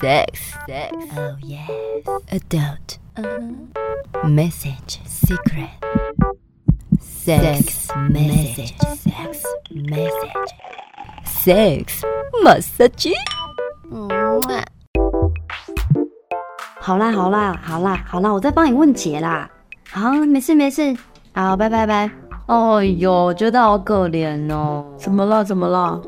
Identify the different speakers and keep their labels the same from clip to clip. Speaker 1: Sex, sex, oh yes. Uh-huh. Adult, message, secret. Sex, message, sex, message. Sex, massage.
Speaker 2: 好啦，好啦，好啦，好啦，我再帮你问姐啦。好，没事没事，好，拜拜拜。哦哟，觉得好可怜哦。
Speaker 3: 怎么了？怎么了？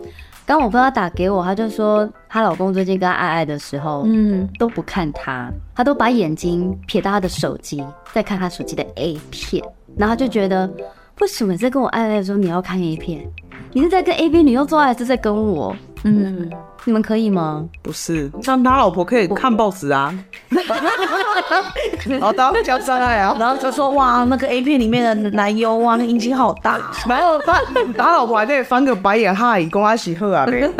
Speaker 2: 刚我朋友打给我，她就说她老公最近跟她爱爱的时候，
Speaker 3: 嗯，
Speaker 2: 都不看她，她都把眼睛撇到她的手机，在看她手机的 A 片，然后她就觉得为什么在跟我爱爱的时候你要看 A 片？你是在跟 A B 女优做爱，还是在跟我？
Speaker 3: 嗯，
Speaker 2: 你们可以吗？
Speaker 4: 不是，像他老婆可以看报纸 啊，然后当哦交障碍啊，
Speaker 3: 然后就说哇，那个 A 片里面的男优啊，那阴茎好大。
Speaker 4: 没有他打老婆还得翻个白眼，哈，公阿喜贺 啊呗，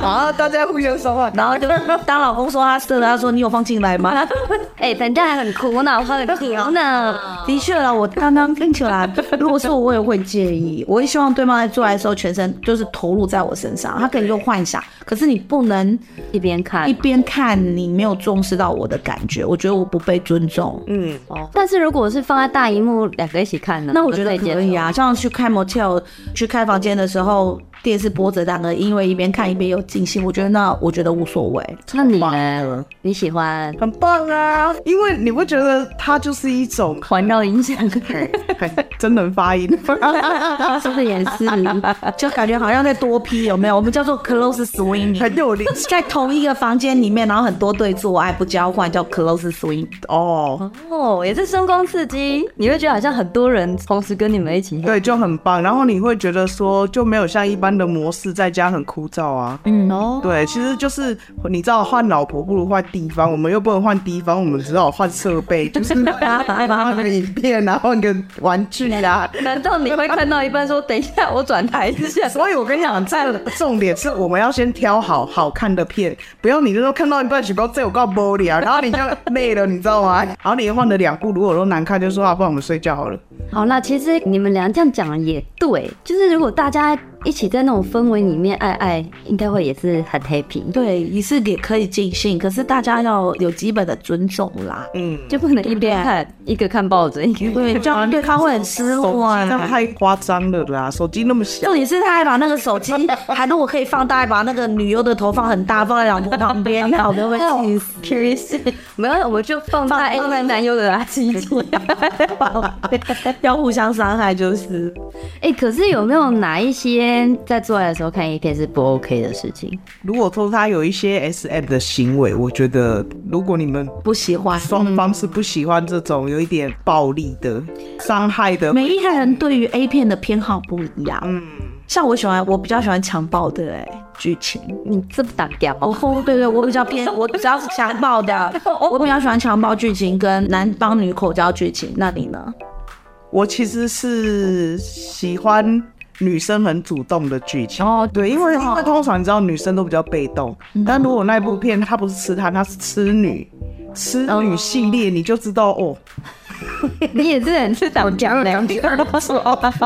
Speaker 4: 啊，大家互相伤害。
Speaker 3: 然后就当老公说他射了，他说你有放进来吗？
Speaker 2: 哎、反正还很苦恼，还很苦 恼。
Speaker 3: 的确啦，我刚刚听起来，如果是我，我也会介意。我也希望对方在做爱的时候，全身就是投入在我身上，他可以用幻想，可是你不能
Speaker 2: 一边看
Speaker 3: 一，边看，你没有重视到我的感觉，我觉得我不被尊重。
Speaker 4: 嗯，
Speaker 2: 但是如果是放在大荧幕，两个一起看呢？
Speaker 3: 那我觉得可以
Speaker 2: 啊。
Speaker 3: 啊，像去看 motel、去开房间的时候，电视播着，两个因为一边看一边有尽兴，我觉得那我觉得无所谓。
Speaker 2: 那你呢？你喜欢
Speaker 4: 很棒啊，因为你不觉得它就是一 种
Speaker 2: 环绕音 响？
Speaker 4: 真能发音？
Speaker 2: 是不是也是？
Speaker 3: 就感觉好像在多批，有没有？我们叫做 close swing，
Speaker 4: 很有灵
Speaker 3: 在同一个房间里面，然后很多对做爱不交换，叫 close swing。
Speaker 4: 哦，
Speaker 2: 哦，也是声光刺激，你会觉得好像很多人同时跟你们一起。
Speaker 4: 对，就很棒。然后你会觉得说就没有像一般的模式在家很枯燥啊。
Speaker 3: 嗯，
Speaker 2: 哦，
Speaker 4: 对，其实就是你知道换老婆不如换地方，我们又不能换地方，我们只好换设备，就是换个影片啊，换个玩具啊。
Speaker 2: 难道你会看到一半说等一下我转台一下？
Speaker 4: 所以我跟你讲，在重点是我们要先挑好好看的片，不要你那时候看到一半，不要这我告玻璃啊，然后你就累了，你知道吗？ 然后你换了两部，如果都难看，就说啊，不然我们睡觉好了。
Speaker 2: 好啦，其实你们俩这样讲也对，就是如果大家一起在那种氛围里面爱爱，应该会也是很 happy，
Speaker 3: 对，仪式也可以尽兴，可是大家要有基本的尊重啦。
Speaker 4: 嗯，
Speaker 2: 就不能一边看一个看报纸，一个
Speaker 3: 对，这样对他会很失
Speaker 4: 手机
Speaker 3: 望啊
Speaker 4: 这。样太夸张了啦，手机那么小
Speaker 3: 重。点是他还把那个手机，还如果可以放大，还把那个女优的头放很大，放在老婆旁边，看我们 会
Speaker 4: 哦
Speaker 3: 气死。
Speaker 2: curious，没 有，我们就放哎在 A 男男优的垃圾机。
Speaker 3: 要互相伤害就是。
Speaker 2: 哎、可是有没有哪一些在做爱的时候看 A 片是不 OK 的事情？
Speaker 4: 如果说他有一些 S M 的行为，我觉得如果你们
Speaker 3: 不喜欢。
Speaker 4: 双方是不喜欢这种有一点暴力的、伤害的，
Speaker 3: 每一个人对于 A 片的偏好不一样，
Speaker 4: 嗯，
Speaker 3: 像我喜欢，我比较喜欢强暴的哎、剧情。
Speaker 2: 你这么打掉
Speaker 3: 我后对对，我比较 偏，我比较是强暴的，我比较喜欢强暴剧情跟男帮女口交剧情。那你呢？
Speaker 4: 我其实是喜欢女生很主动的剧情。
Speaker 3: 哦，嗯
Speaker 4: 对，因为因为通常你知道女生都比较被动，但如果那部片她不是痴汉，她是痴女，痴女系列你就知道哦，
Speaker 2: 你也是很是打掉的。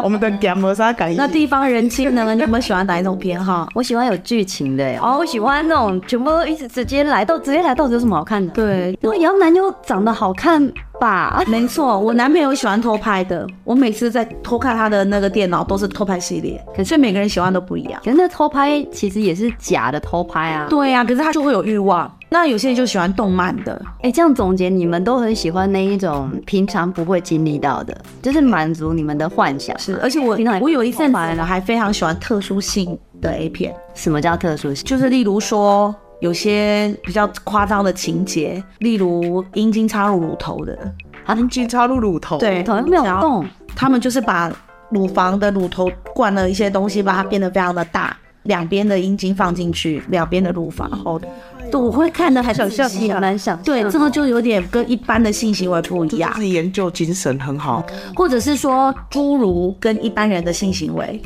Speaker 4: 我们的啊 g a m 莎感应
Speaker 3: 哦那地方人气 呢？你有没有喜欢哪一种偏好？
Speaker 2: 我喜欢有剧情的耶，哦，我喜欢那种全部都一直直接来到，直接来到底有什么好看的？
Speaker 3: 对，
Speaker 2: 因为姚男优长得好看吧？
Speaker 3: 没错，我男朋友喜欢偷拍的，我每次在偷看他的那个电脑都是偷拍系列，可是每个人喜欢都不一样。
Speaker 2: 可是那偷拍其实也是假的偷拍啊。
Speaker 3: 对呀、可是他就会有欲望。那有些人就喜欢动漫的，
Speaker 2: 哎、这样总结，你们都很喜欢那一种平常不会经历到的，就是满足你们的幻想。啊
Speaker 3: 是，而且我
Speaker 2: 平常也
Speaker 3: 我有一阵子呢，还非常喜欢特殊性的 A 片，
Speaker 2: 什么叫特殊性？
Speaker 3: 就是例如说有些比较夸张的情节，例如阴茎插入乳头的，
Speaker 4: 金插入乳头，，
Speaker 3: 对，
Speaker 2: 头又没有
Speaker 3: 然后
Speaker 2: 动，
Speaker 3: 他们就是把乳房的乳头灌了一些东西，把它变得非常的大，两边的阴茎放进去，两边的乳房，好，对，我会看的很仔细
Speaker 2: 也
Speaker 3: 啊。
Speaker 2: 蛮想
Speaker 3: 对，这个就有点跟一般的性行为不一样
Speaker 4: 就，是研究精神很好
Speaker 3: 或者是说侏儒跟一般人的性行为，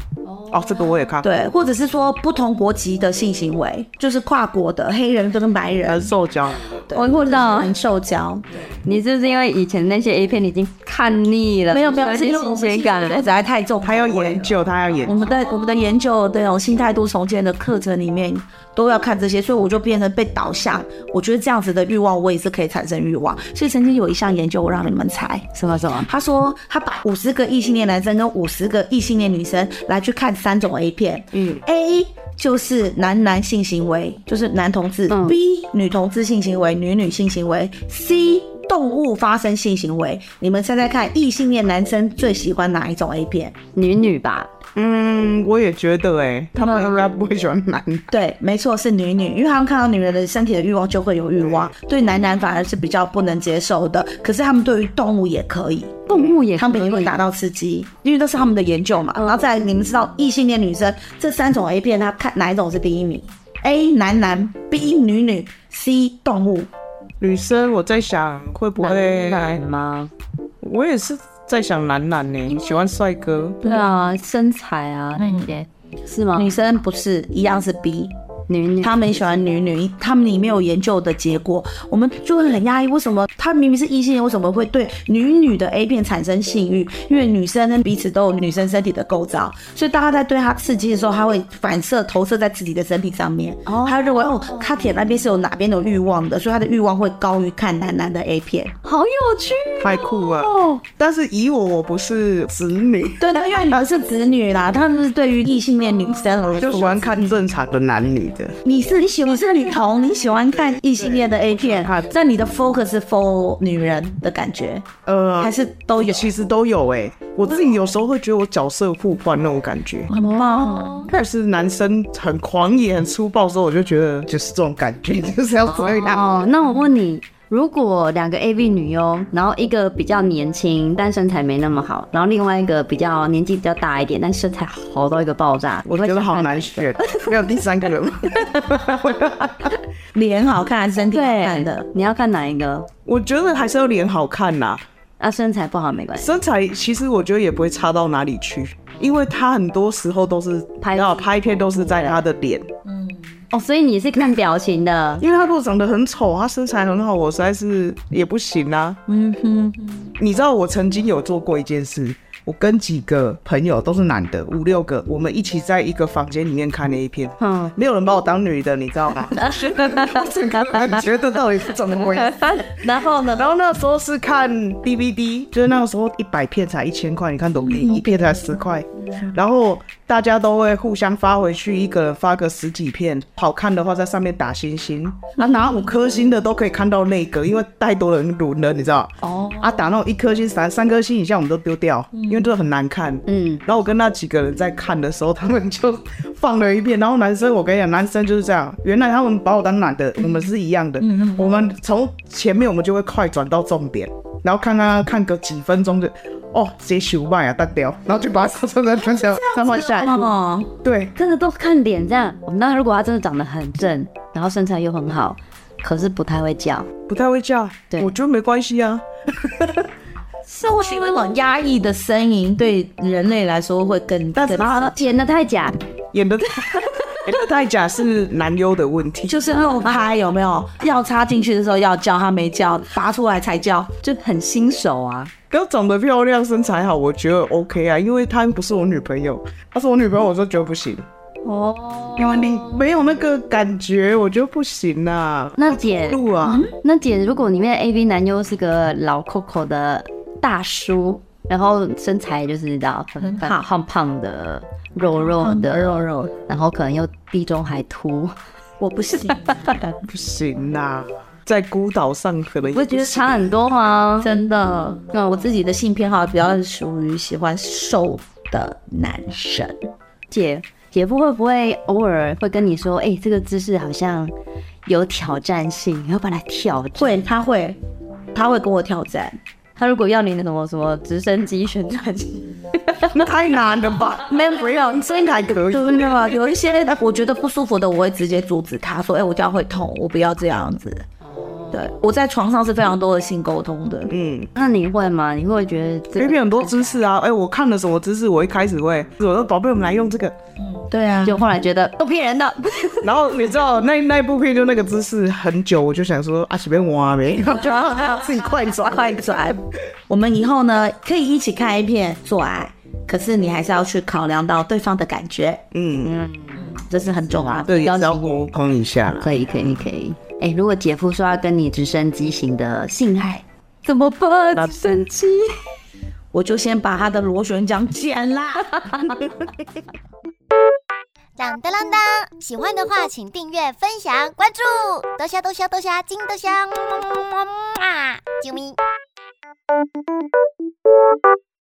Speaker 4: 哦，这个我也看，
Speaker 3: 对，或者是说不同国籍的性行为，就是跨国的黑人跟白
Speaker 4: 很
Speaker 3: 人，
Speaker 4: 呃受教，
Speaker 2: 我知道
Speaker 3: 很受教。
Speaker 2: 你是不是因为以前那些 A 片已经看腻了，
Speaker 3: 没有没有
Speaker 2: 这
Speaker 3: 因为我
Speaker 2: 新
Speaker 3: 们
Speaker 2: 鲜感了
Speaker 3: 实。在太重，
Speaker 4: 他要研究，他要研
Speaker 3: 我
Speaker 4: 究。
Speaker 3: 们在我们的研究的那种新态度重建的课程里面都要看这些，所以我就变成被导向。我觉得这样子的欲望，我也是可以产生欲望。所以曾经有一项研究，我让你们猜，
Speaker 2: 什么什么？
Speaker 3: 他说他把五十个异性恋男生跟五十个异性恋女生来去看三种 A 片，
Speaker 2: 嗯
Speaker 3: A 就是男男性行为，就是男同志、
Speaker 2: 嗯
Speaker 3: b 女同志性行为，女女性行为；C 动物发生性行为。你们猜猜看，异性恋男生最喜欢哪一种 A 片？
Speaker 2: 女女吧，
Speaker 4: 嗯，我也觉得哎、他们应该不会喜欢男的。
Speaker 3: 对，没错，是女女，因为他们看到女人的身体的欲望就会有欲望，对男男反而是比较不能接受的。可是他们对于动物也可以，
Speaker 2: 动物也
Speaker 3: 他们也会达到刺激，因为那是他们的研究嘛。然后再来，你们知道异性恋女生这三种 A 片，她看哪一种是第一名？A 男男，B 女女，C 动物。
Speaker 4: 女生，我在想会不会，
Speaker 2: 奶吗？
Speaker 4: 我也是在想男男呢、喜欢帅哥。
Speaker 2: 对啊，身材啊那些是吗？
Speaker 3: 女生不是一样是 B，
Speaker 2: 女女
Speaker 3: 他们喜欢女女，他们里面有研究的结果，我们就会很压抑，为什么他明明是异性恋，为什么会对女女的 A 片产生性欲？因为女生跟彼此都有女生身体的构造，所以大家在对她刺激的时候，她会反射投射在自己的身体上面，
Speaker 2: 哦
Speaker 3: 她认为哦，她舔那边是有哪边有欲望的，所以她的欲望会高于看男男的 A 片。
Speaker 2: 好有趣
Speaker 4: 太酷了！
Speaker 2: 哦！
Speaker 4: 但是以我，我不是直女，
Speaker 3: 对的，因为你们是子女啦，他们是对于异性恋女生而
Speaker 4: 就喜欢看正常的男女的。
Speaker 3: 你是你喜欢是女同，你喜欢看异性恋的 A 片哈，但你的 focus 是 for 女人的感觉，
Speaker 4: 呃，
Speaker 3: 还是都有？
Speaker 4: 其实都有哎、我自己有时候会觉得我角色互换那种感觉。
Speaker 3: 很棒，
Speaker 4: 开始男生很狂野、很粗暴的时候，我就觉得就是这种感觉， 就是要怎么样？
Speaker 2: 哦，那我问你，如果两个 AV 女优，然后一个比较年轻，但身材没那么好，然后另外一个比较年纪比较大一点，但身材好到一个爆炸，
Speaker 4: 我觉得好难选，没有第三个人 吗？
Speaker 3: 脸好看还是身体好看
Speaker 2: 对
Speaker 3: 的？，
Speaker 2: 你要看哪一个？
Speaker 4: 我觉得还是要脸好看呐、
Speaker 2: 啊，身材不好没关系，
Speaker 4: 身材其实我觉得也不会差到哪里去，因为他很多时候都是
Speaker 2: 拍
Speaker 4: 要拍片都是在他的脸，
Speaker 2: 哦，所以你是看表情的，
Speaker 4: 因为他如果长得很丑，他身材很好，我实在是也不行啊。
Speaker 3: 嗯哼，
Speaker 4: 你知道我曾经有做过一件事，我跟几个朋友都是男的，五六个，我们一起在一个房间里面看 A 片，
Speaker 2: 嗯，
Speaker 4: 没有人把我当女的，你知道吗？你觉得到底是怎么回事？
Speaker 2: 然后呢？
Speaker 4: 然后那时候是看 DVD，就是那个时候一百片才一千块，你看懂便宜，一片才十块。然后大家都会互相发回去，一个人发个十几片，好看的话在上面打星星。啊，拿五颗星的都可以看到那个，因为太多人轮了，你知道？哦。啊，打那种一颗星、三三颗星以下我们都丢掉，因为这个很难看。
Speaker 2: 嗯，
Speaker 4: 然后我跟那几个人在看的时候，他们就放了一遍。然后男生，我跟你讲，男生就是这样。原来他们把我当男的，我们是一样的。
Speaker 2: 嗯
Speaker 4: 我们从前面我们就会快转到重点，然后看他看个几分钟就，哦，谁手慢啊，大雕，然后就把他穿在穿上。
Speaker 2: 那么帅，
Speaker 3: 哦，
Speaker 4: 对，
Speaker 2: 真的都看脸这样。那如果他真的长得很正，然后身材又很好，可是不太会叫，
Speaker 4: 不太会叫，
Speaker 2: 对
Speaker 4: 我觉得没关系啊。
Speaker 3: 是或许那种压抑的呻吟对人类来说会更，
Speaker 4: 但是
Speaker 2: 啊，演的太假，
Speaker 4: 演的演的太假是男优的问题。
Speaker 3: 就是那种拍有没有？要插进去的时候要叫，他没叫，拔出来才叫。
Speaker 2: 就很新手啊。
Speaker 4: 不要长得漂亮、身材好，我觉得 OK 啊，因为她不是我女朋友，她是我女朋友，我就觉得不行。
Speaker 2: 哦，
Speaker 4: 因为你没有那个感觉，我觉得不行啊。
Speaker 2: 那姐，
Speaker 4: 路啊，
Speaker 2: 那姐，如果里面的 AV 男优是个老 Coco 的大叔，然后身材就是你知道很
Speaker 3: 很好
Speaker 2: 胖胖的、肉肉的、肉肉，然后可能又地中海秃，
Speaker 3: 我不行，
Speaker 4: 不行啊，在孤岛上可能
Speaker 2: 不会觉得差很多哦吗？
Speaker 3: 真的。那嗯我自己的性偏好比较属于喜欢瘦的男生。
Speaker 2: 姐，姐夫会不会偶尔会跟你说，哎、这个姿势好像有挑战性，要把它挑战？
Speaker 3: 会，他会，他会跟我挑战。
Speaker 2: 他如果要你那什么什么直升机旋转机，
Speaker 4: 太难了吧？
Speaker 3: 没有没有，身材可以，对没有有一些我觉得不舒服的，我会直接阻止他说：“哎、我这样会痛，我不要这样子。”对，我在床上是非常多的性沟通的。
Speaker 4: 嗯
Speaker 2: 那你会吗？你会觉得
Speaker 4: ，A
Speaker 2: 这
Speaker 4: 片很多姿势啊，哎、我看了什么姿势，我一开始会，我说宝贝，我们来用这个，
Speaker 3: 对啊，
Speaker 2: 就后来觉得都骗人的，
Speaker 4: 然后你知道那那一部片就那个姿势很久，我就想说啊，随便挖 呗，自己快 转
Speaker 3: 快转。我们以后呢，可以一起看 A 片做爱，可是你还是要去考量到对方的感觉，
Speaker 4: 嗯，
Speaker 3: 这是很重要的。
Speaker 4: 对，也是要沟通一下啦。
Speaker 2: 可以可以可以。哎、如果姐夫说要跟你直升机型的性爱，怎么办？直升机。
Speaker 3: 我就先把他的螺旋桨剪啦。
Speaker 5: 当当当当！喜欢的话，请订阅、分享、关注，多虾多虾多虾，金多虾，么么么么么啊！啾咪。